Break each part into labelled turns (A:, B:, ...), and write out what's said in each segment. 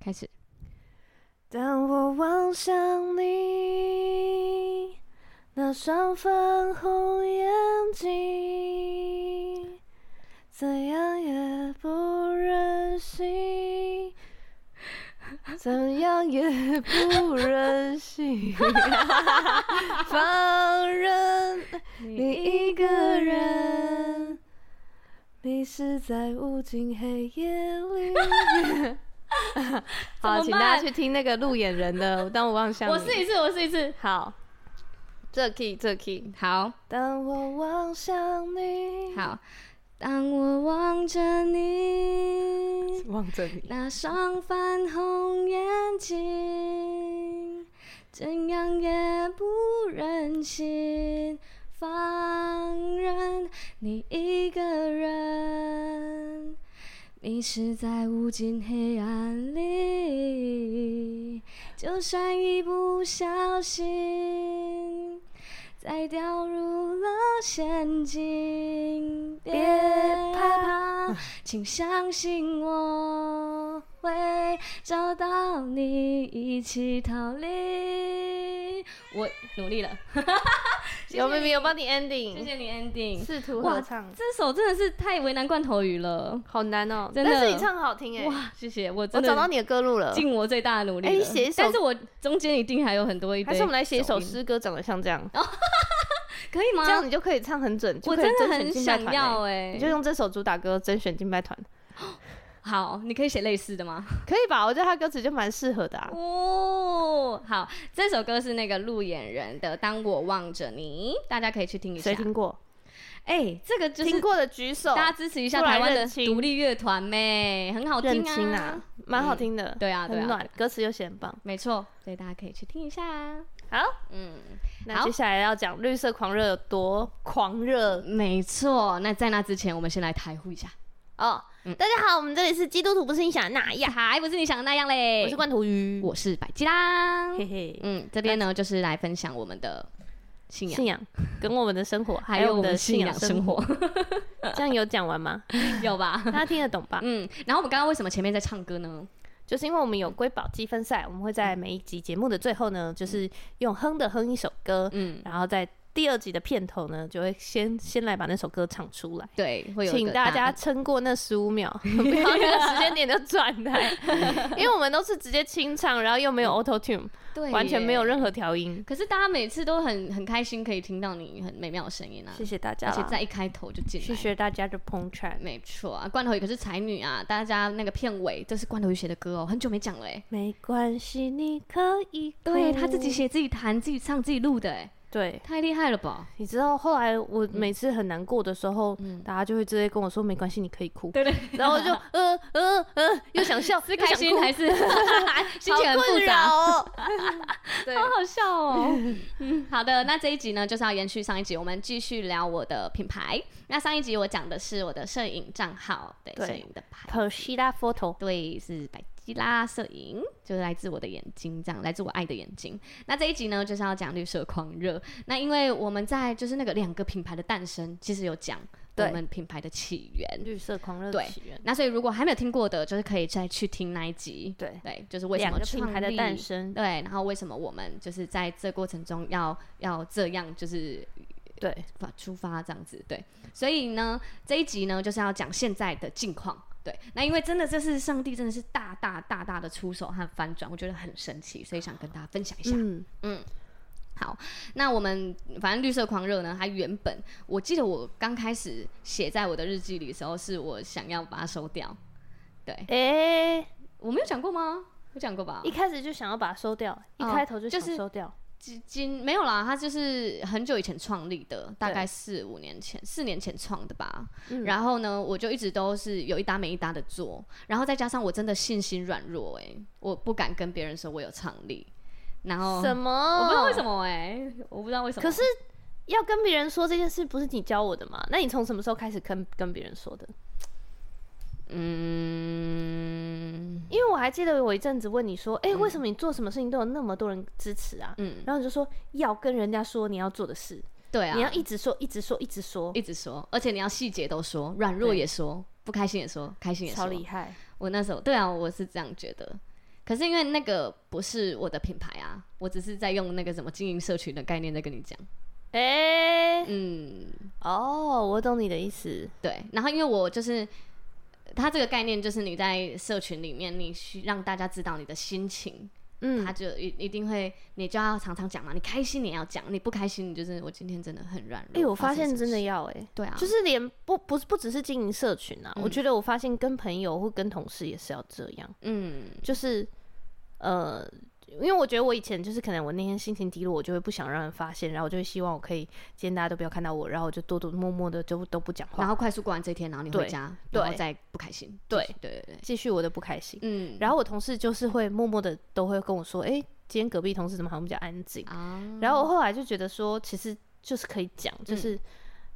A: 开始。
B: 当我望向你那双泛红眼睛，怎样也不忍心，怎样也不忍心放任你一个人。迷失在无尽黑夜里。好，请
A: 怎么
B: 大家
A: 办
B: 去听那个路演人 的《当我望向你》。
A: 我试一次，我试一次。
B: 好，这 key 这 key。
A: 好
B: 当我望向你，，
A: 好，当我望着你，
B: 望着你，
A: 那双泛红眼睛，怎样也不忍心放任你一个人迷失在无尽黑暗里，就算一不小心。再掉入了陷阱，别怕怕，请相信我会找到你，一起逃离。我努力了，
B: 有妹妹有帮你
A: 谢
B: ending，
A: 谢你 ending。
B: 试图
A: 哇
B: 合唱，
A: 这首真的是太为难罐头鱼了，
B: 好难哦，
A: 真的
B: 但是你唱好听哎，
A: 哇！谢谢，我
B: 我
A: 真
B: 找到
A: 的
B: 你的歌路了。
A: 尽我最大的努力了。
B: 哎你写一首
A: 但是我中间一定还有很多一堆，
B: 还是我们来写一首
A: 音，
B: 诗歌，长得像这样，
A: 可以吗？
B: 这样你就可以唱很准，
A: 哦我
B: 就可以
A: 真的
B: 甄选
A: 很
B: 竞拍
A: 想
B: 团
A: 要
B: 哎
A: 哎、
B: 你就用这首主打歌甄选竞拍团，
A: 好，你可以写类似 的吗？
B: 可以吧？我觉得他歌词就蛮适合的啊。
A: 哦，好，这首歌是那个路演人的《当我望着你》，大家可以去听一下
B: 谁。听过？
A: 哎、这个就是
B: 听过的举手，
A: 大家支持一下
B: 不然
A: 台湾的
B: 认清
A: 独立乐团呗，很好
B: 认
A: 听
B: 清
A: 啊
B: 啊。，蛮好听的，
A: 对啊，对
B: 很
A: 啊，
B: 暖，歌词又写很棒。
A: 没错，所以大家可以去听一下啊。
B: 好，
A: 嗯，
B: 那
A: 好
B: 接下来要讲绿色狂热有多狂热
A: 没错。那在那之前，我们先来台呼一下。
B: 哦！大家好，我们这里是基督徒，不是你想的那样。
A: 还不是你想的那样嘞。
B: 我是罐头鱼，
A: 我是百吉啦。
B: 嘿嘿，
A: 嗯，这边呢就是来分享我们的信仰，
B: 信仰跟我们的生活，
A: 还
B: 有
A: 我
B: 们
A: 们
B: 的
A: 信
B: 信
A: 仰
B: 生
A: 生，活，
B: 这样有讲完吗？
A: 有吧？
B: 大家听得懂吧？
A: 嗯，然后我们刚刚为什么前面在唱歌呢？
B: 就是因为我们有瑰宝积分赛，我们会
A: 嗯
B: 在每一集节目的最后呢，就是用哼的哼一首歌，
A: 嗯，
B: 然后在第二集的片头呢，就会先先来把那首歌唱出来。
A: 对，会有一
B: 请
A: 个
B: 大
A: 答
B: 家
A: 案
B: 撑过那十五 秒，不要那个时间点就转来，因为我们都是直接清唱，然后又没有 auto tune，
A: 对
B: 完全没有
A: 耶。
B: 任何调音。
A: 可是大家每次都很很开心，可以听到你很美妙的声音啊，
B: 谢谢大家
A: 而且
B: 啦，
A: 在一开头就进来
B: 谢
A: 了。
B: 谢大家的捧场。
A: 没错啊，罐头鱼可是才女啊！大家那个片尾，这是罐头鱼写的歌哦，很久没讲了哎。
B: 没关系，你可以哭。
A: 对他
B: 哦
A: 自己写、自己弹、自己唱、自己录的哎，
B: 对。
A: 太厉害了吧！
B: 你知道后来我每次很难过的时候，
A: 嗯
B: 大家就会直接跟我说：“没关系，你可以哭。
A: 对对，
B: 然后 我就呃呃呃，又想笑，
A: 是
B: 又想
A: 开心
B: 哭
A: 还是 心情很
B: 好
A: 复
B: 困
A: 杂
B: 扰？ 哦。对，
A: 好好笑哦。嗯， 好的，那这一集呢，就是要延续上一集，我们继续聊我的品牌。那上一集我讲的是我的摄影账号，对，
B: 对
A: 摄影的牌，
B: 可惜啦，photo
A: 对，是百吉拉摄影，就是来自我的眼睛，这样，来自我爱的眼睛。那这一集呢，就是要讲绿色狂热。那因为我们在就是那个两个品牌的诞生，其实有讲我
B: 对
A: 们品牌的起源。
B: 绿色狂热
A: 对
B: 起源。
A: 那所以如果还没有听过的，就是可以再去听那一集。
B: 对，
A: 对，就是为什
B: 两
A: 么
B: 个品牌的
A: 创
B: 诞
A: 立
B: 生，
A: 对，然后为什么我们就是在这过程中要要这样，就是
B: 对，
A: 发出发这样子，对，所以呢这一集呢就是要讲现在的近况，对，那因为真的这是上帝真的是大大大大的出手和翻转，我觉得很神奇，所以想跟大家分享一下。
B: 嗯，
A: 好，那我们反正绿色狂热呢，它原本我记得我刚开始写在我的日记里的时候，是我想要把它收掉，对
B: 哎、
A: 我没有讲过吗？我讲过吧？
B: 一开始就想要把它收掉，一
A: 哦
B: 开头就
A: 就
B: 想
A: 是
B: 收掉，
A: 基金没有啦，它就是很久以前创立的，大
B: 对
A: 概四五年前，四年前创的吧。
B: 嗯
A: 然后呢，我就一直都是有一搭没一搭的做，然后再加上我真的信心软弱、欸，我不敢跟别人说我有创立，然后
B: 什么？
A: 哦我不知道为什
B: 么。
A: 么哎、我不知道为什么。
B: 可是要跟别人说这件事，不是你教我的吗？那你从什么时候开始跟跟别人说的？
A: 嗯
B: 因为我还记得我一阵子问你说，哎、为什么你做什么事情都有那么多人支持啊？
A: 嗯，
B: 然后你就说要跟人家说你要做的事，
A: 对啊，
B: 你要一直说，一直说，一直说，
A: 一直说，而且你要细节都说，软弱
B: 对
A: 也说，不开心也说，开心也说。
B: 超厉害。
A: 我那时候对啊，我是这样觉得。可是因为那个不是我的品牌啊，我只是在用那个什么经营社群的概念在跟你讲。
B: 哎、
A: 嗯，
B: 哦，我懂你的意思。
A: 对。然后因为我就是它这个概念，就是你在社群里面，你需让大家知道你的心情，
B: 嗯
A: 他，就一一定会，你就要常常讲嘛。你开心你也要讲，你不开心你就是我今天真的很软弱。
B: 哎、我发
A: 生
B: 现
A: 什
B: 真
A: 么
B: 的
A: 事
B: 要哎、
A: 对啊，
B: 就是连不不不只是经营社群啊，我
A: 嗯
B: 觉得我发现跟朋友或跟同事也是要这样，
A: 嗯
B: 就是呃，因为我觉得我以前就是可能我那天心情低落，我就会不想让人发现，然后我就会希望我可以今天大家都不要看到我，然后我就多多默默的就都不讲话，
A: 然后快速过完这一天，然后你回
B: 对
A: 家，然后
B: 对
A: 再不开心。
B: 对
A: 继续对对对，
B: 继续我的不开心。
A: 嗯，
B: 然后我同事就是会默默的都会跟我说，哎、今天隔壁同事怎么好像比较安静？
A: 啊，
B: 然后我后来就觉得说，其实就是可以讲，
A: 嗯
B: 就是、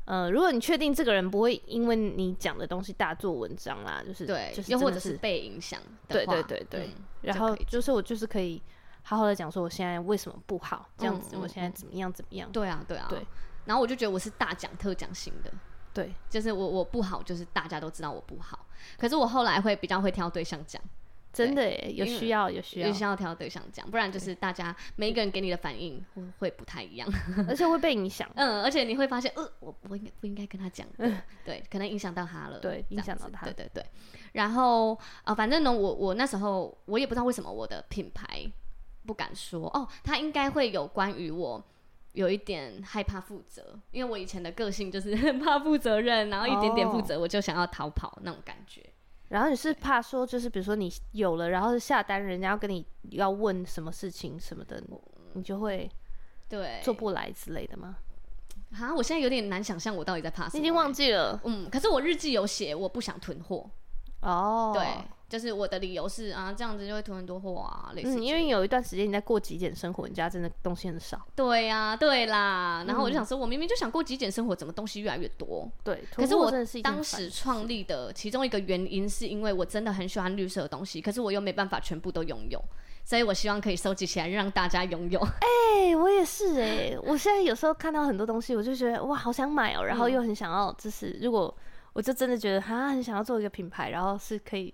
B: 呃，如果你确定这个人不会因为你讲的东西大做文章啦，就是
A: 对，
B: 就是
A: 又
B: 真
A: 或
B: 的
A: 者
B: 是
A: 是被影响
B: 对
A: 的
B: 对
A: 话，
B: 对对
A: 嗯
B: 然
A: 就
B: 后
A: 可以
B: 就是我就是可以好好的讲说我现在为什么不好，这样
A: 嗯
B: 子
A: 嗯
B: 我现在
A: 嗯
B: 怎么样怎么样，
A: 对啊对啊，
B: 对。
A: 然后我就觉得我是大讲特讲型的，
B: 对，
A: 就是我我不好，就是大家都知道我不好。可是我后来会比较会挑对象讲，
B: 真的耶有
A: 因为
B: 需要有需要
A: 也，需要挑对象讲，不然就是大家每一个人给你的反应会会不太一样。，
B: 而且会被影响
A: 嗯，而且你会发现，呃，我我应该不应该跟他讲的，对，可能影响到他了，
B: 嗯对
A: 这
B: 影
A: 样
B: 响到
A: 子
B: 他
A: 对对对。然后呃，反正呢，我我那时候我也不知道为什么我的品牌不敢说哦，他应该会有关于我。有一点害怕负责，因为我以前的个性就是 很怕负责任，然后一点点负
B: 哦
A: 责我就想要逃跑那种感觉。
B: 然后你是怕说就是比如说你有了，然后下单人家要跟你要问什么事情什么的，你就会
A: 对，
B: 做不来之类的吗？
A: 啊，我现在有点难想象我到底在啊怕什么、
B: 你已经忘记了
A: 嗯，可是我日记有写，我不想囤货。
B: 哦，
A: 对，就是我的理由是啊，这样子就会囤很多货啊，类似这
B: 嗯，
A: 样。
B: 因为有一段时间你在过极简生活，你家真的东西很少。
A: 对呀、对啦。然后我
B: 嗯
A: 就想说，我明明就想过极简生活，怎么东西越来越多？
B: 对，
A: 可
B: 囤
A: 是
B: 货
A: 我
B: 真的是一件烦
A: 当时创立的其中一个原因，是因为我真的很喜欢绿色的东西，可是我又没办法全部都拥有，所以我希望可以收集起来让大家拥有。
B: 哎、我也是哎、我现在有时候看到很多东西，我就觉得哇，好想买哦、然
A: 嗯
B: 后又很想要，就是如果我就真的觉得哈，很想要做一个品牌，然后是可以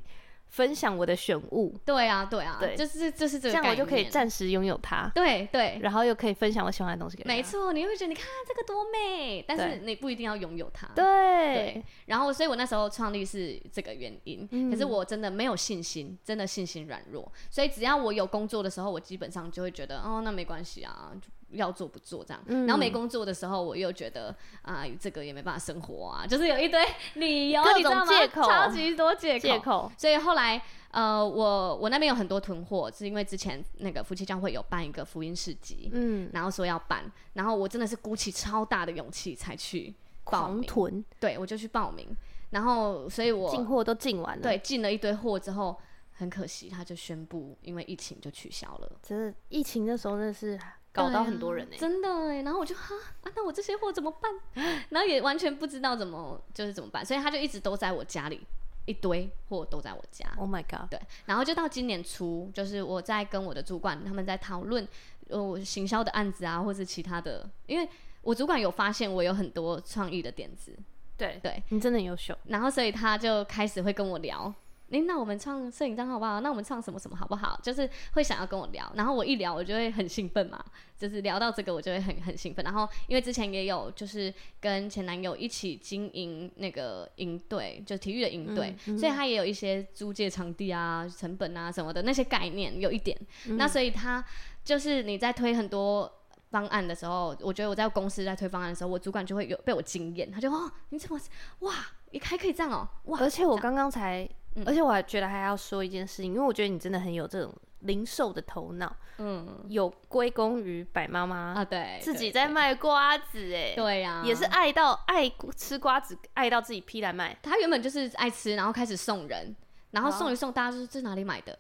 B: 分享我的选物，
A: 对啊，对啊，
B: 对
A: 就是就是这
B: 这
A: 个
B: 样我就
A: 概
B: 可以
A: 念
B: 暂时拥有它，
A: 对对。
B: 然后又可以分享我喜欢的东西给人家
A: 没，错，你会觉得你看这个多美，但是
B: 对
A: 你不一定要拥有它。
B: 对
A: 对，然后所以我那时候创立是这个原因，
B: 嗯
A: 可是我真的没有信心，真的信心软弱，所以只要我有工作的时候，我基本上就会觉得哦，那没关系啊，就要做不做这样。
B: 嗯
A: 然后没工作的时候，我又觉得啊、这个也没办法生活啊，就是有一堆理由，
B: 各种
A: 你知道吗
B: 借口
A: 超级多借口。
B: 借口
A: 所以后来，呃，我我那边有很多囤货，是因为之前那个夫妻教会有办一个福音市集，
B: 嗯，
A: 然后说要办，然后我真的是鼓起超大的勇气才去报
B: 狂
A: 名，
B: 囤，
A: 对我就去报名，然后所以
B: 进
A: 我
B: 货都进完了，，
A: 对进了一堆货之后，很可惜他就宣布因为疫情就取消了，
B: 真的疫情的时候真的是搞到
A: 对啊
B: 很多人哎、
A: 真的哎，然后我就哈啊，那我这些货怎么办？ 然后也完全不知道怎么就是怎么办，所以他就一直都在我家里，一堆货都在我家，
B: Oh my god！
A: 对，然后就到今年初，就是我在跟我的主管他们在讨论，呃，我行销的案子啊，或者其他的，因为我主管有发现我有很多创意的点子，
B: 对
A: 对，
B: 你真的很优秀，
A: 然后所以他就开始会跟我聊，诶，那我们创摄影账号好不好？那我们创什么什么好不好？就是会想要跟我聊，然后我一聊我就会很兴奋嘛，就是聊到这个我就会很很兴奋。然后因为之前也有就是跟前男友一起经营那个营队，就体育的营队，
B: 嗯嗯
A: 所以他也有一些租借场地啊、成本啊什么的那些概念有一点。
B: 嗯
A: 那所以他就是你在推很多。方案的时候，我觉得我在公司在推方案的时候，我主管就会有被我惊艳，他就哦，你怎么哇，也还可以这样哦、哇，
B: 而且我刚刚才，
A: 嗯
B: 而且我还觉得还要说一件事情，因为我觉得你真的很有这种零售的头脑，
A: 嗯
B: 有归功于百妈妈
A: 啊，对，
B: 自
A: 对
B: 己在卖瓜子，哎，
A: 对啊呀、
B: 也是爱到爱吃瓜子，爱到自己批来卖，
A: 他原本就是爱吃，然后开始送人，然后送一送，大家就是这哪里买的，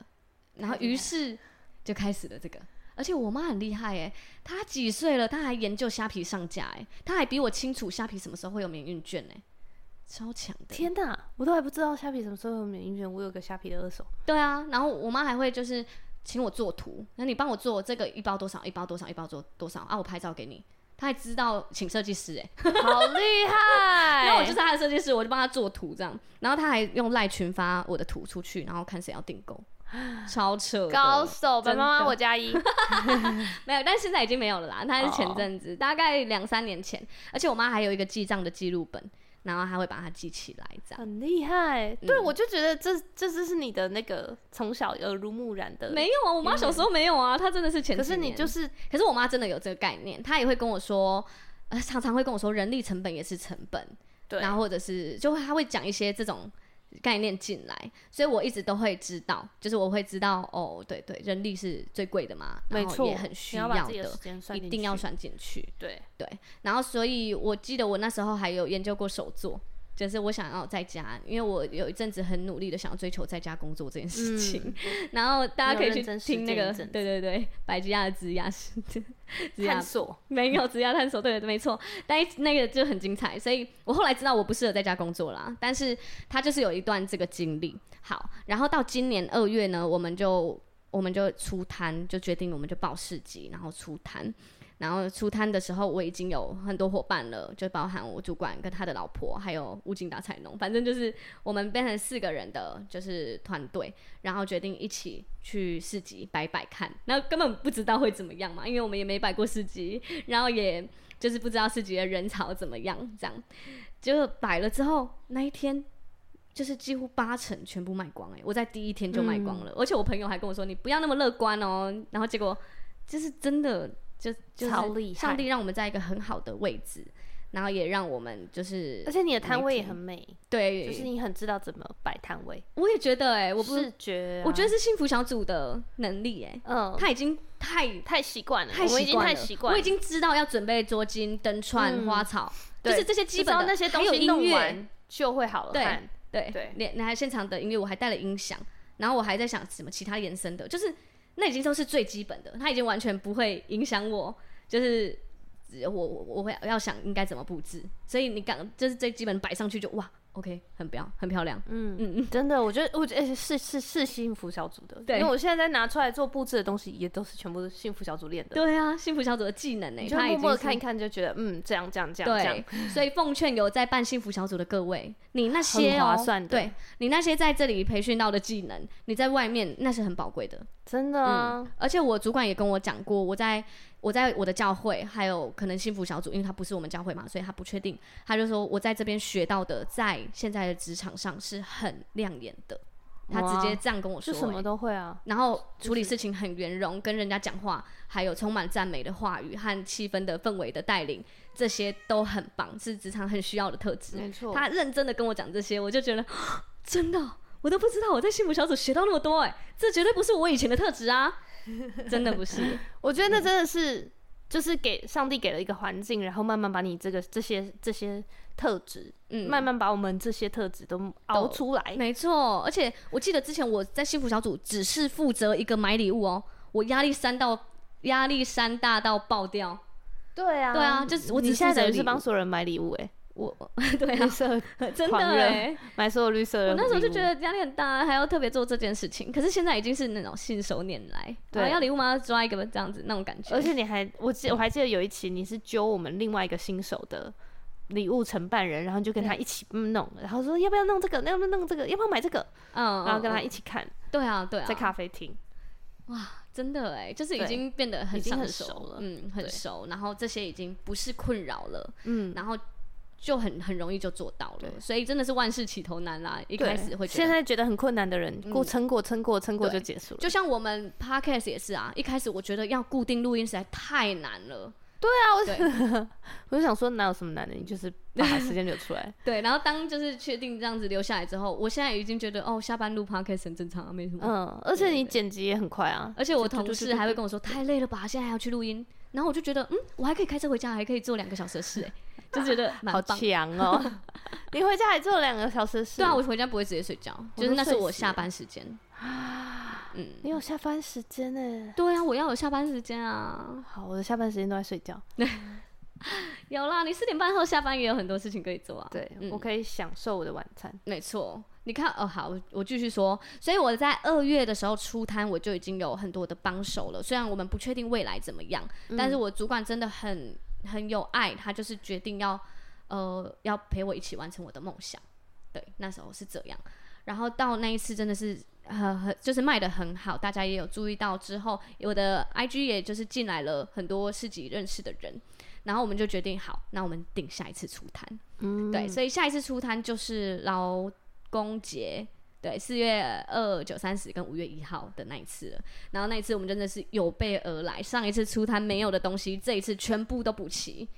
A: 然后
B: 太厉害
A: 于是就开始了这个。而且我妈很厉害哎，她几岁了，她还研究虾皮上架哎，她还比我清楚虾皮什么时候会有免运券哎，超强的。
B: 天哪，我都还不知道虾皮什么时候有免运券，我有个虾皮的二手，
A: 对啊，然后我妈还会就是请我做图，那你帮我做这个一包多少，一包多少，一包多多少啊，我拍照给你。她还知道请设计师哎，
B: 好厉害
A: 然后我就是他的设计师，我就帮他做图这样，然后他还用赖群发我的图出去，然后看谁要订购。超扯的，
B: 高手吧，
A: 真的
B: 妈妈，我加一。
A: 没有，但现在已经没有了啦。那是前阵子大概两三年前，而且我妈还有一个记账的记录本，然后她会把它记起来，这样。
B: 很厉害，对
A: 嗯
B: 我就觉得这这就是你的那个从小耳濡目染的，
A: 没有啊，我妈小时候没有啊，她真的是前几
B: 可是你
A: 年
B: 就是
A: 可是我妈真的有这个概念，她也会跟我说，呃，常常会跟我说人力成本也是成本，
B: 对，
A: 然后或者是就会她会讲一些这种概念进来，所以我一直都会知道，就是我会知道哦，对对，人力是最贵的嘛，然
B: 没
A: 后
B: 错，
A: 也很需
B: 你要
A: 要
B: 把自己的时
A: 的，
B: 间算
A: 一
B: 进
A: 定要
B: 去
A: 算进去。
B: 对，
A: 对，然后所以我记得我那时候还有研究过手作。就是我想要在家，因为我有一阵子很努力的想要追求在家工作这件事情，然后大家可以
B: 嗯你
A: 去
B: 有认真实
A: 听那
B: 践
A: 个
B: 一阵，子
A: 对对对，百吉亚的职涯 是啊职涯
B: 探索
A: 没有职涯探索，对，没错，但一那个就很精彩，所以我后来知道我不适合在家工作啦，但是他就是有一段这个经历。好，然后到今年二月呢，我们就我们就出摊，就决定我们就报市集，然后出摊。然后出摊的时候，我已经有很多伙伴了，就包含我主管跟他的老婆，还有武警打彩农，反正就是我们变成四个人的，就是团队，然后决定一起去市集摆摆看。那根本不知道会怎么样嘛，因为我们也没摆过市集，然后也就是不知道市集的人潮怎么样，这样就摆了之后，那一天就是几乎八成全部卖光、欸，我在第一天就卖光了，而且我朋友还跟我说你不要那么乐观哦，然后结果就是真的就就
B: 超
A: 是
B: 厉害
A: 上帝让我们在一个很好的位置，然后也让我们就是
B: 而且你的
A: 每
B: 摊位也
A: 天
B: 很美，
A: 对，
B: 就是你很知道怎么摆摊位，
A: 我也觉得哎、我不
B: 视觉啊，
A: 我觉得是幸福小组的能力哎、
B: 嗯，
A: 他已经太
B: 太习惯了，
A: 太
B: 我们已
A: 习
B: 经
A: 惯
B: 太
A: 了
B: 习惯了，
A: 我已经知道要准备捉襟、灯串、
B: 嗯
A: 花草，就
B: 对
A: 是这些基
B: 知
A: 本
B: 道
A: 的，
B: 那些东
A: 还有
B: 西
A: 音
B: 弄
A: 乐，
B: 完就会好
A: 对
B: 看，
A: 对
B: 对
A: 连那还现场的音乐，我还带了音响，然后我还在想什么其他延伸的，就是那已经都是最基本的，它已经完全不会影响我，就是。我我我会要想应该怎么布置，所以你刚就是最基本摆上去就哇，OK，很漂很漂亮，
B: 嗯嗯，真的，我觉得我觉得是是是幸福小组的，
A: 对
B: 因为我现在在拿出来做布置的东西，也都是全部都是幸福小组练的，
A: 对啊，幸福小组的技能呢、
B: 你
A: 欸，
B: 就
A: 它
B: 默
A: 已经
B: 默的
A: 是
B: 看一看，就觉得嗯，这样这样这样这样
A: 对，，所以奉劝有在办幸福小组的各位，你那些、
B: 很
A: 哦、
B: 划算的
A: 对你那些在这里培训到的技能，你在外面那是很宝贵的。
B: 真的啊，
A: 嗯而且我主管也跟我讲过，我在我在我的教会，还有可能幸福小组，因为他不是我们教会嘛，所以他不确定。他就说我在这边学到的，在现在的职场上是很亮眼的。他直接
B: 哇
A: 这样跟我
B: 就
A: 说、
B: 什
A: 欸
B: 么都会啊，
A: 然后处理事情很圆融，跟人家讲话，还有充满赞美的话语和气氛的氛围的带领，这些都很棒，是职场很需要的特质。
B: 没错，
A: 他认真的跟我讲这些，我就觉得 真的，我都不知道我在幸福小组学到那么多、哎，这绝对不是我以前的特质 啊，真的不是。
B: 我觉得
A: 嗯
B: 那真的是就是给上帝给了一个环境，然后慢慢把你这个这些这些特质，
A: 嗯，
B: 慢慢把我们这些特质都熬出来，
A: 没错，而且我记得之前我在幸福小组只是负责一个买礼物哦，我压力山到压力山大到爆掉。
B: 对啊
A: 对啊，就是我只
B: 你现在
A: 负责
B: 等于是
A: 礼
B: 帮
A: 物
B: 所有人买礼物，哎，
A: 我， 对
B: 绿
A: 啊，
B: 色
A: 真的
B: 狂热
A: 哎、
B: 买所有绿色的，
A: 我那时候就觉。得压力很大，啊还要特别做这件事情。可是现在已经是那种信手拈来，
B: 对呃
A: 啊要礼物吗？抓一个这样子那种感觉。
B: 而且你还，我
A: 嗯
B: 记我还记得有一期你是揪我们另外一个新手的礼物承办人，然后就跟他一起嗯弄，然后说要不要弄这个，要不要弄这个，要不要买这个，
A: 嗯，
B: 然后跟他
A: 嗯
B: 一起看，
A: 对啊对啊，
B: 在咖啡厅。
A: 真的哎、就是已
B: 对
A: 经变得很
B: 已经
A: 上
B: 很
A: 手
B: 熟了
A: 嗯，很
B: 对
A: 熟。然后这些已经不是困扰了，
B: 嗯，
A: 然后就很很容易就做到了。
B: 对
A: 所以真的是万事起头难啦，一
B: 一
A: 开始会觉
B: 现
A: 得。嗯
B: 在觉得很困难的人，过撑过撑过撑过
A: 对
B: 就结束了。
A: 就像我们 podcast 也是啊，一开始我觉得要固定录音实在太难了，
B: 我就想说，哪有什么难的，你 就是把时间留出来。
A: 对。然后当就是确定这样子留下来之后，我现在已经觉得哦，下班录 podcast 很正常啊，没什么。
B: 嗯，而且
A: 对
B: 你
A: 对呃
B: 剪辑也很快啊，
A: 而且我
B: 就
A: 同事还会跟我说太累了吧，现在还要去录音，然后我就觉得嗯，我还可以开车回家，还可以做两个小时的事、欸，就觉得蛮
B: 好
A: 棒。
B: 强哦！ 你回家还做两个小时的事，
A: 对啊，我回家不会直接睡觉，
B: 我
A: 就是
B: 都
A: 那是
B: 睡
A: 我
B: 死
A: 下
B: 了
A: 班时间。嗯，
B: 你有下班时间呢。
A: 对啊，我要有下班时间啊。
B: 好，我的下班时间都在睡觉。
A: 有啦，你四点半后下班也有很多事情可以做啊。
B: 对，
A: 嗯
B: 我可以享受我的晚餐。
A: 没错，你看哦，好，我我继续说。所以我在二月的时候出摊，我就已经有很多的帮手了。虽然我们不确定未来怎么样，但是我主管真的很很有爱，他就是决定要呃要陪我一起完成我的梦想。对，那时候是这样。然后到那一次真的是呃，很就是卖的很好，大家也有注意到。之后我的 IG 也就是进来了很多自己认识的人，然后我们就决定好，那我们定下一次出摊。
B: 嗯，
A: 对，所以下一次出摊就是劳工节，对，四月二九三十跟五月一号的那一次了。然后那一次我们真的是有备而来，上一次出摊没有的东西，这一次全部都补齐，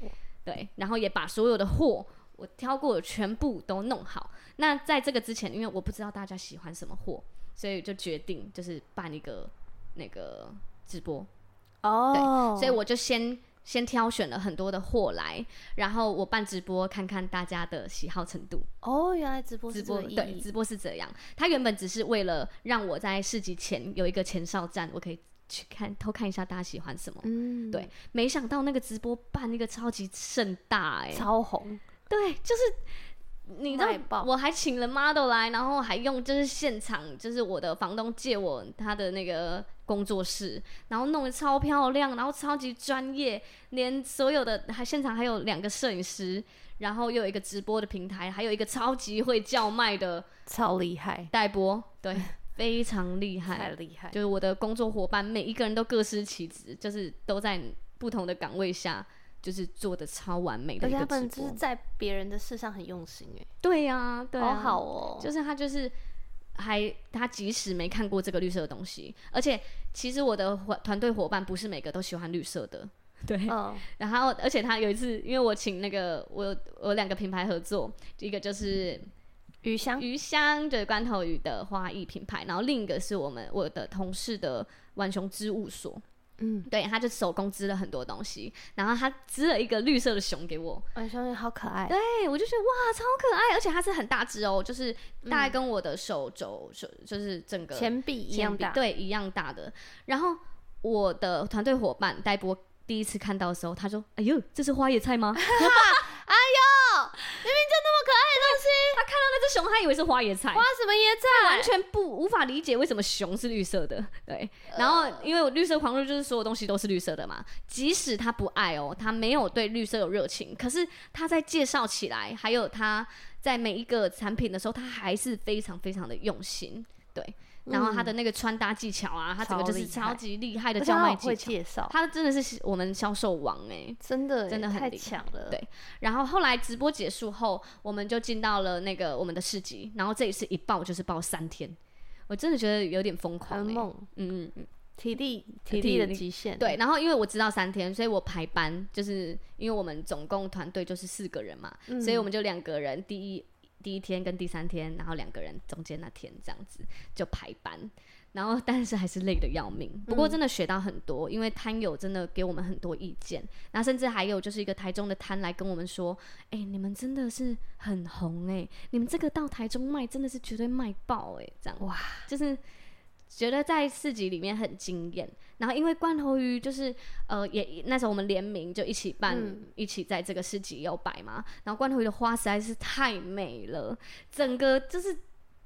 A: 对，然后也把所有的货。我挑过的全部都弄好。那在这个之前，因为我不知道大家喜欢什么货，所以就决定就是办一个那个直播。
B: 哦，
A: 所以我就先先挑选了很多的货来，然后我办直播看看大家的喜好程度。
B: 哦，原来直播
A: 直
B: 是
A: 播
B: 这个意
A: 对
B: 义
A: 直播是这样，它原本只是为了让我在市集前有一个前哨站，我可以去看偷看一下大家喜欢什么。
B: 嗯，
A: 对，没想到那个直播办那个超级盛大哎、
B: 超红，
A: 对，就是你知
B: 卖
A: 道，
B: 爆
A: 我还请了 model 来，然后还用就是现场，就是我的房东借我他的那个工作室，然后弄得超漂亮，然后超级专业，连所有的还现场还有两个摄影师，然后又有一个直播的平台，还有一个超级会叫卖的
B: 超厉害，
A: 代播，对， 非常厉
B: 太
A: 害。
B: 厉害，
A: 就是我的工作伙伴，每一个人都各司其职，就是都在不同的岗位下，就是做的超完美的
B: 而
A: 一
B: 且他
A: 个直播。
B: 们就是在别人的事上很用心，哎，
A: 对呀、对、
B: 好
A: 啊，
B: 好哦，
A: 就是他就是还他即使没看过这个绿色的东西，而且其实我的伙团队伙伴不是每个都喜欢绿色的。对，
B: 嗯，
A: 然后而且他有一次，因为我请那个我有我有两个品牌合作，一个就是
B: 鱼香
A: 鱼香对罐头鱼的花艺品牌，然后另一个是我们我的同事的浣熊织物所，
B: 嗯，
A: 对，他就手工织了很多东西，然后他织了一个绿色的熊给我，
B: 晚上好可爱，
A: 哎对，我就觉得哇，超可爱，而且它是很大只哦，就是大概跟我的手肘、手就是整个
B: 钱币一
A: 前
B: 样
A: 臂
B: 大，
A: 对，一样大的。然后我的团队伙伴戴波第一次看到的时候，他说：“哎呦，这是花椰菜 吗？”哎呦，明明就那么可爱的东西， 他看到那只熊，他以为是花椰菜
B: 哇，。什么椰
A: 完
B: 菜？
A: 全不无法理解为什么熊是绿色的，对。
B: 呃
A: 然后因为我绿色狂热就是所有东西都是绿色的嘛，即使他不爱哦，他没有对绿色有热情，可是他在介绍起来，还有他在每一个产品的时候，他还是非常非常的用心，对。然后他的那个穿搭技巧啊，他整个就是
B: 嗯超厉害
A: 超级厉害的
B: 而且
A: 叫卖
B: 他
A: 技
B: 会
A: 巧，
B: 介绍，
A: 他真的是我们销售王哎、
B: 真的耶
A: 真的很
B: 太
A: 厉害
B: 强了，
A: 对然后后来直播结束后，我们就进到了那个我们的市集，然后这一次一报就是报三天，我真的觉得有点疯狂、
B: 很
A: 欸。
B: 猛，
A: 嗯嗯嗯，呃
B: 体力体
A: 体
B: 力
A: 力
B: 的极限，
A: 对。，然后因为我知道三天，所以我排班，就是因为我们总共团队就是四个人嘛，所以我们就两个人第一第一天跟第三天，然后两个人中间那天这样子就排班。然后，但是还是累得要命。不过真的学到很多，因为摊友真的给我们很多意见，然后甚至还有就是一个台中的摊来跟我们说：“哎、你们真的是很红哎、你们这个到台中卖真的是绝对卖爆哎、这样
B: 哇，
A: 就是觉得在市集里面很惊艳。然后因为罐头鱼就是呃也那时候我们联名就一起办，
B: 嗯
A: 一起在这个市集有摆嘛。然后罐头鱼的花实在是太美了，整个就是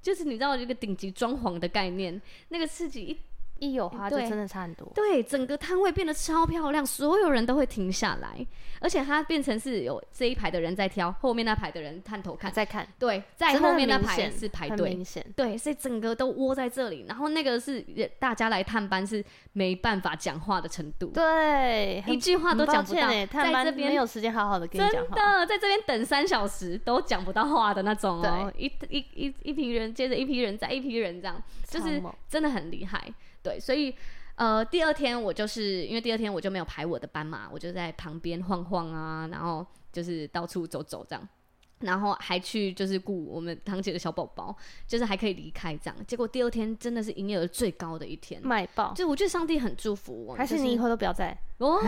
A: 就是你知道一个顶级装潢的概念，那个市集一
B: 一有花就
A: 对
B: 真的差很多，
A: 对，整个摊位变得超漂亮，所有人都会停下来，而且它变成是有这一排的人在挑，后面那排的人探头看，
B: 啊再看，
A: 对，在
B: 真的
A: 后
B: 很
A: 面那
B: 明
A: 排
B: 显
A: 是排
B: 很
A: 队，嗯
B: 明显，
A: 对，所以整个都窝在这里。然后那个是也大家来探班是没办法讲话的程度，
B: 对，很
A: 一句话都
B: 很抱
A: 讲不
B: 歉
A: 到，
B: 哎，探
A: 在这
B: 班
A: 边
B: 没有时间好好的跟你讲
A: 真
B: 话，
A: 的在这边等三小时都讲不到话的那种哦，一一一一批人接着一批人再一批人这样，就是
B: 超猛
A: 真的很厉害。对，所以呃，第二天我就是因为第二天我就没有排我的班嘛，我就在旁边晃晃啊，然后就是到处走走这样。然后还去就是雇我们堂姐的小宝宝，就是还可以离开这样。结果第二天真的是营业额最高的一天，
B: 卖爆，
A: 就我觉得上帝很祝福我们。
B: 还是
A: 就
B: 你以后都不要 再，
A: 哦，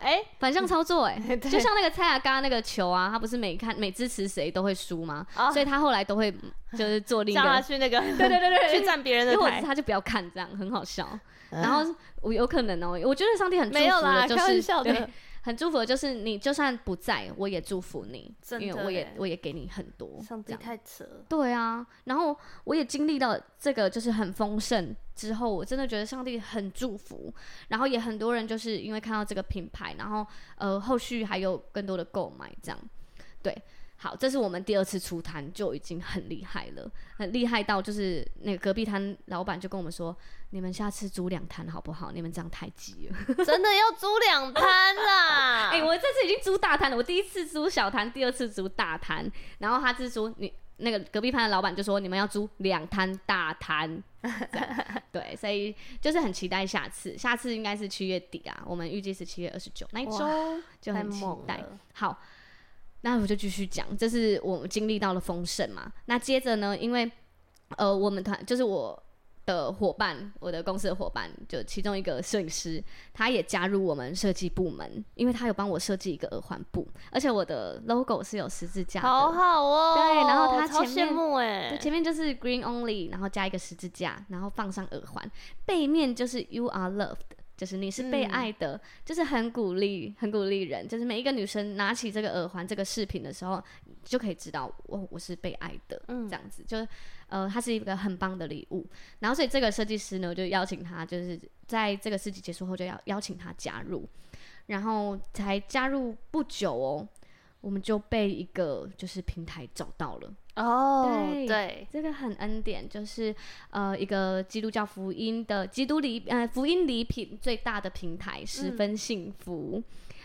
B: 哎，
A: 反向操作哎、
B: 对
A: 就像那 个蔡雅嘎那个球啊，他不是每看每支持谁都会输吗？
B: 啊
A: 所以他后来都会嗯就是做另一
B: 叫他
A: 个，
B: 去那个，
A: 对对对 对，
B: 去占别人的
A: 如果
B: 台
A: 是，他就不要看，这样很好笑。然后我有可能哦、我觉得上帝很祝
B: 嗯 没有
A: 福
B: 啦，
A: 的，就
B: 开
A: 是
B: 玩笑
A: 对
B: 的，
A: 很祝福的就是你就算不在，我也祝福你，
B: 真的
A: 因为我也
B: 欸
A: 我也给你很多，
B: 上
A: 这
B: 帝
A: 样
B: 太扯了，
A: 对啊，然后我也经历到这个就是很丰盛之后，我真的觉得上帝很祝福。然后也很多人就是因为看到这个品牌，然后呃后续还有更多的购买这样。对，好，这是我们第二次出摊就已经很厉害了，很厉害到就是那个隔壁摊老板就跟我们说，你们下次租两摊好不好？你们这样太急了。
B: 真的要租两摊啊啦！
A: 哎、我这次已经租大摊了，我第一次租小摊，第二次租大摊，然后他是租你那个隔壁摊的老板就说你们要租两摊大摊，这样 对，所以就是很期待下次，下次应该是七月底啊，我们预计是七月二十九那一周
B: 哇
A: 就
B: 太
A: 很期
B: 猛
A: 待
B: 了。
A: 好，那我就继续讲，这是我经历到了丰盛嘛。那接着呢，因为呃，我们团就是我的伙伴，我的公司的伙伴，就其中一个摄影师，他也加入我们设计部门，因为他有帮我设计一个耳环布，而且我的 logo 是有十字架的，
B: 好好哦，
A: 对然后他
B: 超
A: 前面
B: 羡慕
A: 对，
B: 哎，
A: 前面就是 green only，然后加一个十字架，然后放上耳环，背面就是 you are loved。就是你是被
B: 嗯
A: 爱的，就是很鼓励，很鼓励人。就是每一个女生拿起这个耳环、这个饰品的时候，你就可以知道，我我是被爱的，
B: 嗯
A: 这样子。就是呃，它是一个很棒的礼物。然后，所以这个设计师呢，我就邀请他，就是在这个市集结束后，就要邀请他加入。然后才加入不久哦，我们就被一个就是平台找到了。
B: 哦，
A: 对
B: 对，
A: 这个很恩典，就是呃一个基督教福音的基督礼呃福音礼品最大的平台，十分幸福。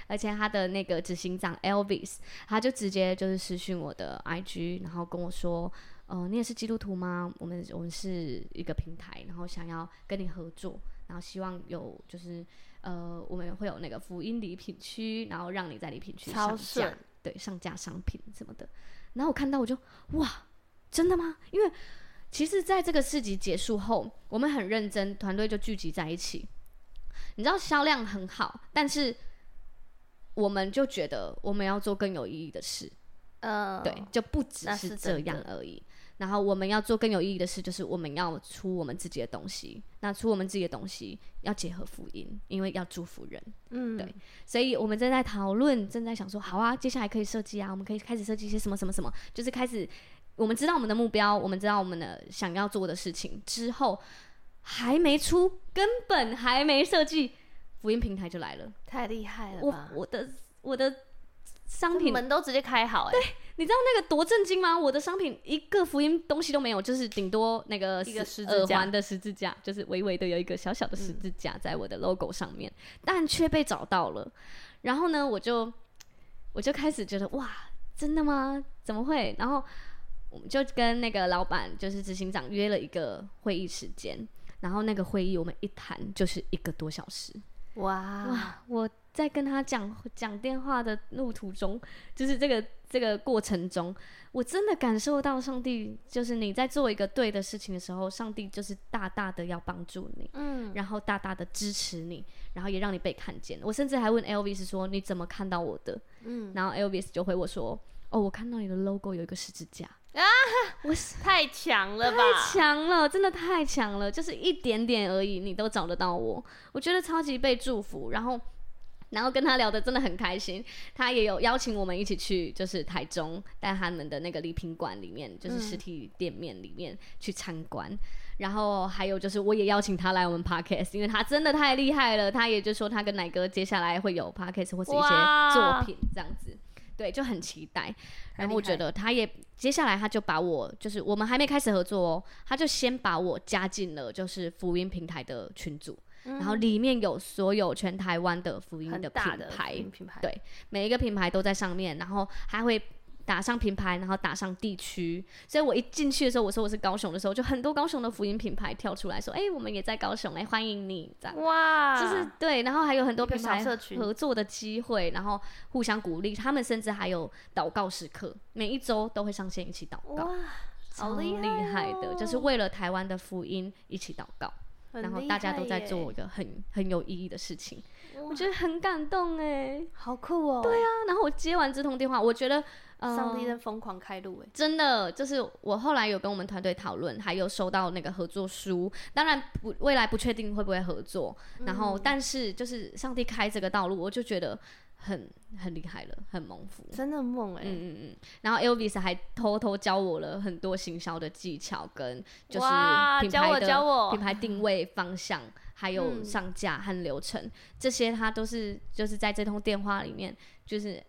A: 而且他的那个执行长 Elvis，他就直接就是私讯我的 IG，然后跟我说，呃，你也是基督徒吗？我们我们是一个平台，然后想要跟你合作，然后希望有就是呃我们会有那个福音礼品区，然后让你在礼品区
B: 超
A: 上架
B: 顺，
A: 对，上架商品什么的。然后我看到我就哇，真的吗？因为其实在这个市集结束后，我们很认真，团队就聚集在一起。你知道销量很好，但是我们就觉得我们要做更有意义的事，
B: 嗯，
A: 对，就不只
B: 那
A: 是
B: 是
A: 这
B: 真的
A: 样而已。然后我们要做更有意义的事，就是我们要出我们自己的东西。那出我们自己的东西，要结合福音，因为要祝福人。
B: 嗯，
A: 对所以我们正在讨论，正在想说，好啊，接下来可以设计啊，我们可以开始设计一些什么什么什么，就是开始我们知道我们的目标，我们知道我们的想要做的事情之后，还没出，根本还没设计，福音平台就来了。
B: 太厉害了
A: 我
B: 吧！
A: 我的我的商
B: 这
A: 品，
B: 门都直接开好哎，
A: 你知道那个多震惊吗？我的商品一个福音东西都没有，就是顶多那个
B: 一个十字
A: 耳
B: 架嗯
A: 环的十字架，就是微微的有一个小小的十字架在我的 logo 上面，但却被找到了。然后呢，我就我就开始觉得哇，真的吗？怎么会？然后我们就跟那个老板，就是执行长约了一个会议时间，然后那个会议我们一谈就是一个多小时。
B: 哇，
A: 哇，我在跟他讲讲电话的路途中， 就是这个这个过程中，我真的感受到上帝，就是你在做一个对的事情的时候，上帝就是大大的要帮助你，
B: 嗯，
A: 然后大大的支持你，然后也让你被看见。我甚至还问 Elvis 说：“你怎么看到我的？”
B: 嗯，
A: 然后 Elvis 就回我说：“哦，我看到你的 logo 有一个十字架。”
B: 啊，
A: 我是。
B: 太强了吧！
A: 太强了，真的太强了，就是一点点而已，你都找得到我，我觉得超级被祝福。然后，然后跟他聊的真的很开心，他也有邀请我们一起去，就是台中带他们的那个礼品馆里面，就是实体店面里面去参观。然后还有就是，我也邀请他来我们 podcast，因为他真的太厉害了。他也就说他跟奶哥接下来会有 podcast 或是一些
B: 哇
A: 作品这样子，对，就很期待。然后我觉得他也接下来他就把我就是我们还没开始合作哦，他就先把我加进了就是福音平台的群组，
B: 嗯，
A: 然后里面有所有全台湾的福音
B: 很
A: 的品
B: 大的
A: 牌，
B: 品品牌，
A: 对每一个品牌都在上面，然后还会打上品牌，然后打上地区。所以我一进去的时候，我说我是高雄的时候，就很多高雄的福音品牌跳出来说：“哎、我们也在高雄，哎、欢迎你。”这样。
B: 哇，
A: 就是对，然后还有很多
B: 啊一个
A: 品牌
B: 小社群
A: 合作的机会，然后互相鼓励。他们甚至还有祷告时刻，每一周都会上线一起祷告
B: 哇，，好
A: 超厉
B: 厉害
A: 的，就是
B: 哦
A: 为了台湾的福音一起祷告，
B: 很
A: 然后
B: 厉
A: 大家
B: 害
A: 都在
B: 耶
A: 做一，个很很有意义的事情，
B: 我
A: 我觉得很感动哎。
B: 好酷哦！对啊，
A: 啊然后我接完这通电话，我觉得，呃、
B: 上帝在疯狂开路哎，
A: 真的就是我后来有跟我们团队讨论，还有收到那个合作书，当然不未来不确定会不会合作，
B: 嗯
A: 然后、但是就是上帝开这个道路，我就觉得很很厉害了，很蒙福。
B: 真的梦
A: 嗯
B: 哎，
A: 嗯嗯，然后 Elvis 还偷偷教我了很多行销的技巧，跟就是
B: 哇
A: 品
B: 教
A: 牌
B: 我
A: 的
B: 教我
A: 品牌定位方向，还有
B: 嗯
A: 上架和流程，这些他都是就是在这通电话里面，就是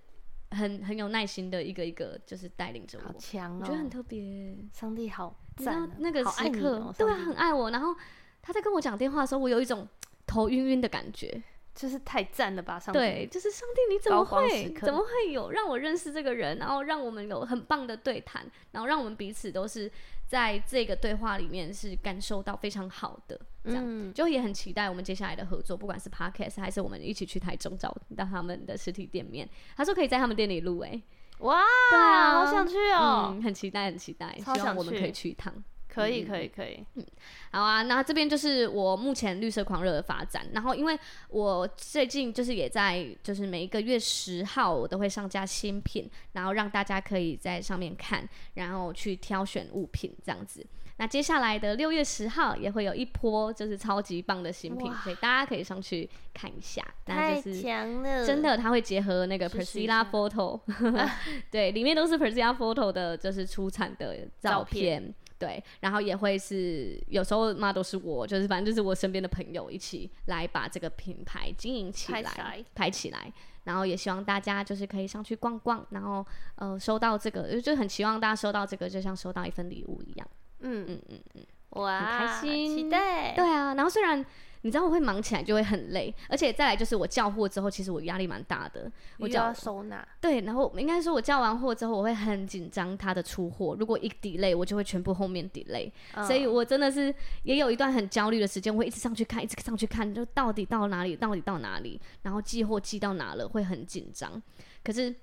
A: 很很有耐心的一个一个就是带领着
B: 好
A: 我，
B: 强
A: 我
B: 哦！
A: 觉得很特别。
B: 上帝好
A: 你知道
B: 赞哦，
A: 那个
B: 好爱
A: 时
B: 你
A: 刻，
B: 哦
A: 对啊，
B: 上帝
A: 很爱我。然后他在跟我讲电话的时候，我有一种头晕晕的感觉。
B: 就是太赞了吧？上帝
A: 对，，就是上帝，你怎么
B: 高光时
A: 会
B: 刻
A: 怎么会有让我认识这个人，然后让我们有很棒的对谈，然后让我们彼此都是在这个对话里面是感受到非常好的，这样、
B: 嗯，
A: 就也很期待我们接下来的合作，不管是 podcast 还是我们一起去台中找到他们的实体店面。他说可以在他们店里录、欸，
B: 哇，
A: 对啊
B: 好想去哦！
A: 嗯，很期待，很期待，希
B: 超
A: 望
B: 想
A: 我们可以
B: 去
A: 去一趟。
B: 可以，
A: 嗯
B: 可以，可以，
A: 好啊，那这边就是我目前绿色狂热的发展。然后，因为我最近就是也在，就是每一个月十号我都会上架新品，然后让大家可以在上面看，然后去挑选物品这样子。那接下来的六月十号也会有一波就是超级棒的新品
B: 哇，
A: 所以大家可以上去看一下。那
B: 太
A: 就是
B: 强了，
A: 真的，它会结合那个
B: 试试一下
A: Priscilla Photo，对，
B: 啊
A: 里面都是 Priscilla Photo 的，就是出产的照
B: 照片
A: 片。对，然后也会是有时候 model 是我，就是反正就是我身边的朋友一起来把这个品牌经营起
B: 拍
A: 来，
B: 起来
A: 拍起来。然后也希望大家就是可以上去逛逛，然后呃收到这个，就很希望大家收到这个，就像收到一份礼物一样。
B: 嗯
A: 嗯
B: 嗯嗯，哇，
A: 很开心
B: 期待，
A: 对啊，然后虽然你知道我会忙起来就会很累，而且再来就是我叫货之后，其实我压力蛮大的。我
B: 又
A: 叫
B: 要收纳，
A: 对，然后应该说，我叫完货之后，我会很紧张它的出货。如果一 delay，我就会全部后面 delay，、所以
B: 嗯
A: 我真的是也有一段很焦虑的时间，我会一直上去看，一直上去看，就到底到哪里，到底到哪里，然后寄货寄到哪了，会很紧张。可是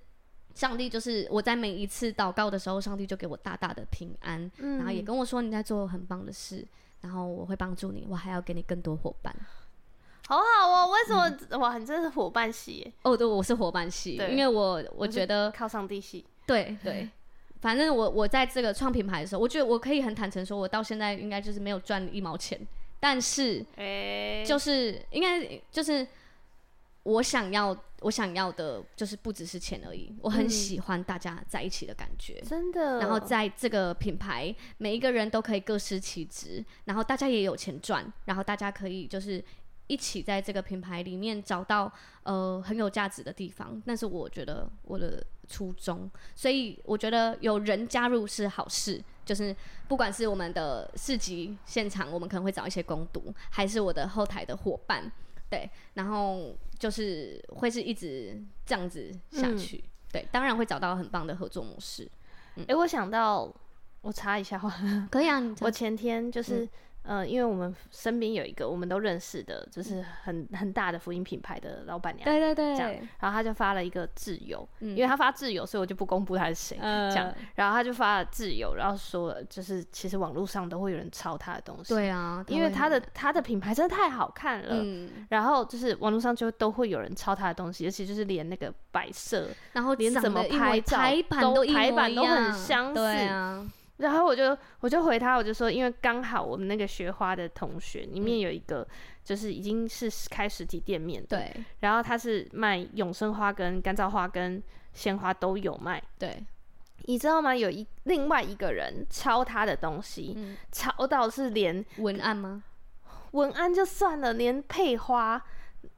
A: 上帝就是我在每一次祷告的时候，上帝就给我大大的平安，
B: 嗯
A: 然后也跟我说你在做很棒的事，然后我会帮助你，我还要给你更多伙伴。
B: 好好哦，为什么
A: 嗯
B: 哇，你真是伙伴系耶，
A: 哦，对，我是伙伴系，
B: 对
A: 因为我我
B: 是
A: 觉得
B: 靠上帝系，
A: 对对，反正我我在这个创品牌的时候，我觉得我可以很坦诚说，我到现在应该就是没有赚一毛钱，但是
B: 哎，
A: 就是应该就是我想要我想要的，就是不只是钱而已，我很
B: 嗯
A: 喜欢大家在一起的感觉。
B: 真的，
A: 然后在这个品牌，每一个人都可以各司其职，然后大家也有钱赚，然后大家可以就是一起在这个品牌里面找到呃很有价值的地方，那是我觉得我的初衷。所以我觉得有人加入是好事，就是不管是我们的市集现场，我们可能会找一些攻读，还是我的后台的伙伴，对，然后就是会是一直这样子下
B: 嗯
A: 去。对，当然会找到很棒的合作模式。
B: 哎，我想到，我查一下话，
A: 可以啊，你
B: 我前天就是，呃，因为我们身边有一个我们都认识的，就是很很大的福音品牌的老板娘，
A: 嗯对对对，
B: 这样然后她就发了一个自由，
A: 嗯
B: 因为她发自由，所以我就不公布她是谁。
A: 呃
B: 这样，然后她就发了自由，然后说就是其实网络上都会有人抄她的东西，，
A: 对啊，
B: 因为
A: 会
B: 她的她的品牌真的太好看了，
A: 嗯，
B: 然后就是网络上就都会有人抄她的东西，而且就是连那个摆设，
A: 然后
B: 连
A: 长
B: 怎
A: 得
B: 么
A: 一模
B: 拍照
A: 排版
B: 都
A: 都一模
B: 排版都
A: 一
B: 很
A: 样
B: 相
A: 对
B: 似
A: 啊，
B: 然后我就我就回他，我就说，因为刚好我们那个学花的同学里面有一个，就是已经是开实体店面的，
A: 对
B: 然后他是卖永生花跟干燥花跟鲜花都有卖。
A: 对，
B: 你知道吗？有一另外一个人抄他的东西，
A: 嗯
B: 抄到是连
A: 文案吗？
B: 文案就算了，连配花，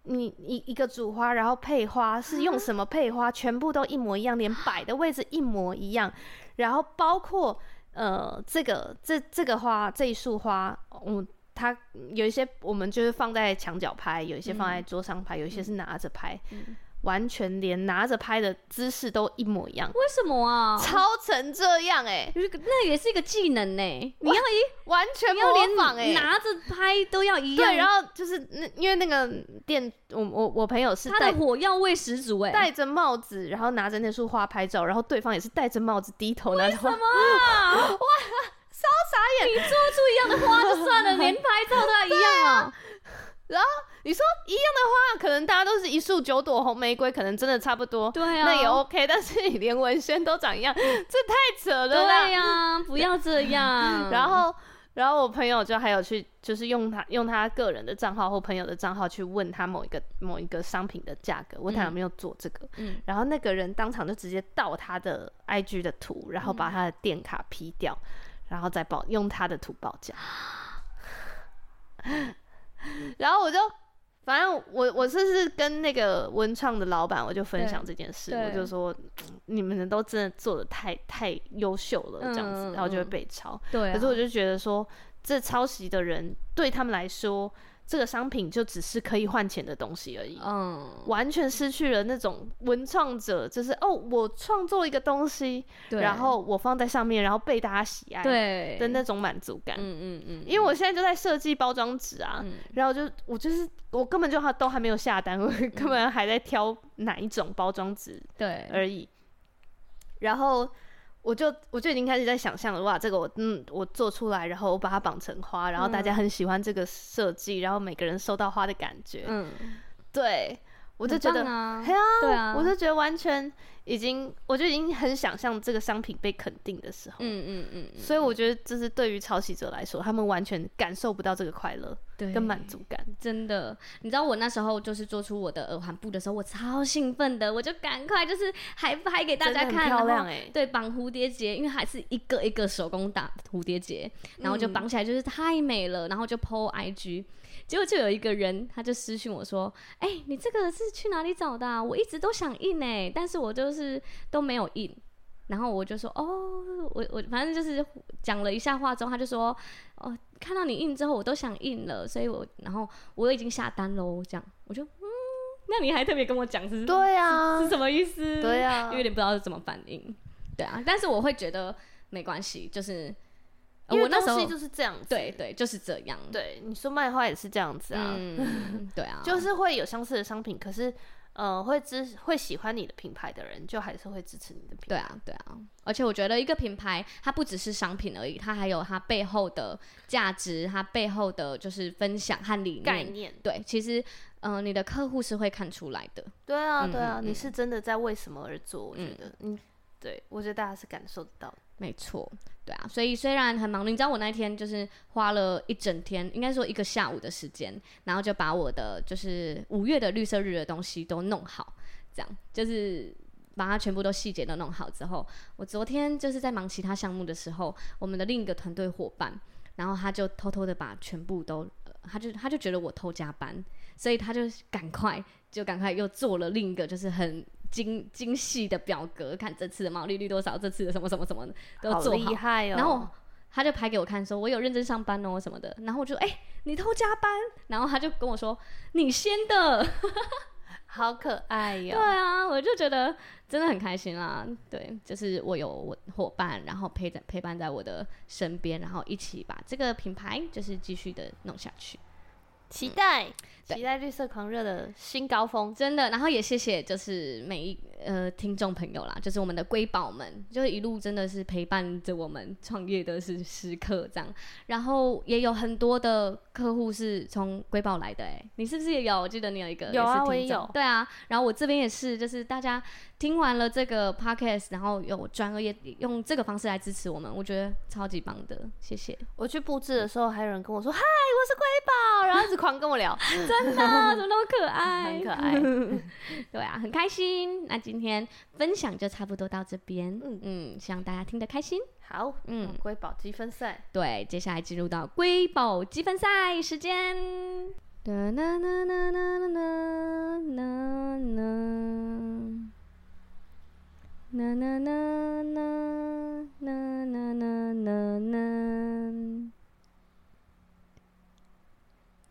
B: 你一一个主花，然后配花是用什么配花，全部都一模一样，连摆的位置一模一样，然后包括呃这个这这个花这一束花，嗯。它有一些我们就是放在墙角拍，有一些放在桌上拍，有一些是拿着拍，
A: 嗯
B: 完全连拿着拍的姿势都一模一样，
A: 为什么啊？
B: 抄成这样哎、
A: 有一个那也是一个技能呢、你要一
B: 完全
A: 你要
B: 模仿哎、
A: 连拿着拍都要一样，
B: 对，然后就是那因为那个店，我我我朋友是
A: 他
B: 带
A: 的火药味十足哎、
B: 戴着帽子，然后拿着那束花拍照，然后对方也是戴着帽子低头拿着花，
A: 哇，啊 哇，
B: 傻
A: 你做出一样的花就算了，连拍照都要一样哦、
B: 然后你说一样的花，可能大家都是一束九朵红玫瑰，可能真的差不多，
A: 对啊，
B: 那也 OK，但是你连文轩都长一样，这太扯了啦。
A: 对呀、不要这 样。
B: 然后，然后我朋友就还有去，就是用他用他个人的账号或朋友的账号去问他某一个某一个商品的价格，问他有没有做这个。
A: 嗯
B: 然后那个人当场就直接盗他的 IG 的图，然后
A: 嗯
B: 把他的店卡 P 掉，然后再报
A: 嗯
B: 用他的图报价。然后我就反正我我这是跟那个文创的老板，我就分
A: 对
B: 享这件事，
A: 对
B: 我就说嗯你们都真的做的太太优秀了，这样子，
A: 嗯嗯
B: 然后就会
A: 嗯
B: 被抄。
A: 对啊、
B: 可是我就觉得说，这抄袭的人对他们来说，这个商品就只是可以换钱的东西而已，
A: 嗯，
B: 完全失去了那种文创者，就是哦，我创作一个东西，
A: 对，
B: 然后我放在上面，然后被大家喜爱，
A: 对
B: 的那种满足感。
A: 嗯嗯嗯，
B: 因为我现在就在设计包装纸啊，
A: 嗯
B: 然后就我就是我根本就还都还没有下单，我
A: 嗯
B: 根本还在挑哪一种包装纸
A: 对，
B: 而已。然后我就我就已经开始在想象了，哇，这个我嗯我做出来，然后我把它绑成花，然后大家
A: 嗯
B: 很喜欢这个设计，然后每个人收到花的感觉，
A: 嗯，
B: 对我
A: 我
B: 就觉得。
A: 啊
B: 嘿，
A: 对啊，
B: 我就觉得完全已经，我就已经很想象这个商品被肯定的时候，
A: 嗯嗯嗯嗯，
B: 所以我觉得这是对于抄袭者来说，他们完全感受不到这个快乐
A: 对，
B: 跟满足感。
A: 真的，你知道我那时候就是做出我的耳环布的时候，我超兴奋的，我就赶快就是还拍给大
B: 真的
A: 家
B: 很
A: 看，
B: 漂
A: 然
B: 亮
A: 后
B: 哎
A: 对，绑蝴蝶结，因为还是一个一个手工打蝴蝶结，然后就
B: 嗯
A: 绑起来，就是太美了，然后就 PO IG，结果就有一个人他就私讯我说：“哎、你这个是去哪里找的、啊？我一直都想印哎、但是我就是都没有印。”然后我就说：“哦，我我反正就是讲了一下话之后，他就说：哦，看到你印之后，我都想印了，所以我然后我已经下单喽，这样我就嗯，那你还特别跟我讲是
B: 对啊
A: 是，什么意思？
B: 对啊，
A: 有点不知道怎么反应。对啊，但是我会觉得没关系，就是、呃
B: 因为
A: 我那时
B: 东
A: 候
B: 西就是这样子。
A: 对对就是这样，
B: 对，你说卖花也是这样子啊，
A: 嗯，对啊，
B: 就是会有相似的商品，可是呃，会支会喜欢你的品牌的人，就还是会支持你的品牌。
A: 对啊对啊。而且我觉得一个品牌，它不只是商品而已，它还有它背后的价值，它背后的就是分享和理
B: 概
A: 念。
B: 念，
A: 对，其实，嗯、你的客户是会看出来的。
B: 对啊，
A: 嗯
B: 对啊，
A: 嗯
B: 你
A: 嗯
B: 是真的在为什么而做？我觉得，嗯，对，我觉得大家是感受得到的。
A: 没错，对啊，所以虽然很忙碌，你知道我那一天就是花了一整天，应该说一个下午的时间，然后就把我的就是五月的绿色日的东西都弄好，这样就是把它全部都细节都弄好之后，我昨天就是在忙其他项目的时候，我们的另一个团队伙伴，然后他就偷偷的把全部都，呃他就他就觉得我偷加班，所以他就赶快就赶快又做了另一个就是很。精精细的表格，看这次的毛利率多少，这次的什么什么什么的都
B: 好
A: 做好，
B: 厉害哦！
A: 然后他就拍给我看说，我有认真上班哦什么的。然后我就哎、你偷加班？然后他就跟我说你先的。
B: 好可爱
A: 对
B: 哟、
A: 啊，我就觉得真的很开心啦。对，就是我有我伙伴，然后陪着陪伴在我的身边，然后一起把这个品牌就是继续的弄下去。
B: 期待
A: 对
B: 期待绿色狂热的新高峰。
A: 真的，然后也谢谢就是每一呃听众朋友啦，就是我们的瑰宝们，就是一路真的是陪伴着我们创业的是时刻这样，然后也有很多的客户是从瑰宝来的、欸，你是不是也有？我记得你有一个
B: 有啊
A: 是听众
B: 我也有
A: 对啊，然后我这边也是，就是大家听完了这个 podcast，然后有转而也用这个方式来支持我们，我觉得超级棒的，谢 谢。
B: 我去布置的时候，还有人跟我说：“嗨，我是瑰宝。”然后一直狂跟我 聊，
A: 真的，怎么那么可爱，
B: 很可 爱。
A: 对啊，很开心。那今天分享就差不多到这边，嗯
B: 嗯
A: 嗯，希望大家听得开心。
B: 好，
A: 嗯
B: 嗯，瑰宝积分赛，
A: 对，接下来进入到瑰宝积分赛时间。哒啦啦啦啦啦啦啦啦啦啦啦啦啦啦啦啦。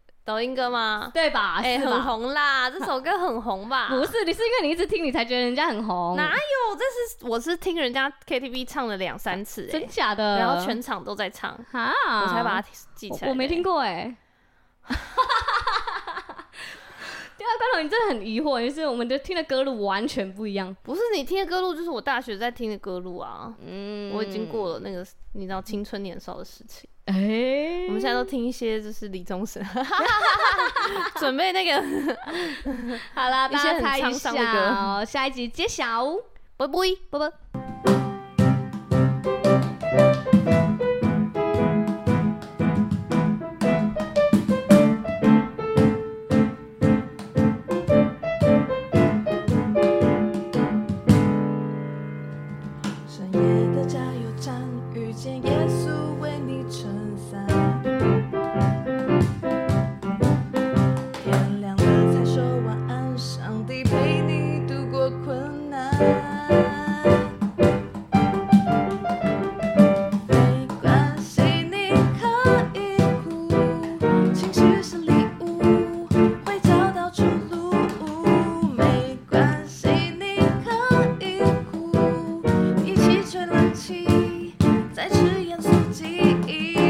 B: 抖音歌吗？
A: 对吧？
B: 哎、
A: 啊是
B: 很
A: 吧？
B: 红啦，这首歌很红吧？
A: 不是，啊你是因为你一直听，你才觉得人家很红，
B: 啊哪有？这是我是听人家 KTV 唱了两三次、哎
A: 啊真假的？
B: 然后全场都在唱，
A: 哈，
B: 我才把它记起来
A: 我我没听
B: 过，
A: 过 哎。对啊，关总，你真的很疑惑，就是我们的听的歌路完全不一样。
B: 不是你听的歌路，就是我大学在听的歌路啊。
A: 嗯
B: 我已经过了那个你知道青春年少的事情，
A: 哎，
B: 我们现在都听一些就是李宗盛， 准备 那个
A: 好啦，
B: 一些
A: 大家
B: 很
A: 猜一
B: 沧桑的
A: 下哦，下一集揭晓，
B: 不不。
A: 啵啵。
C: 记忆。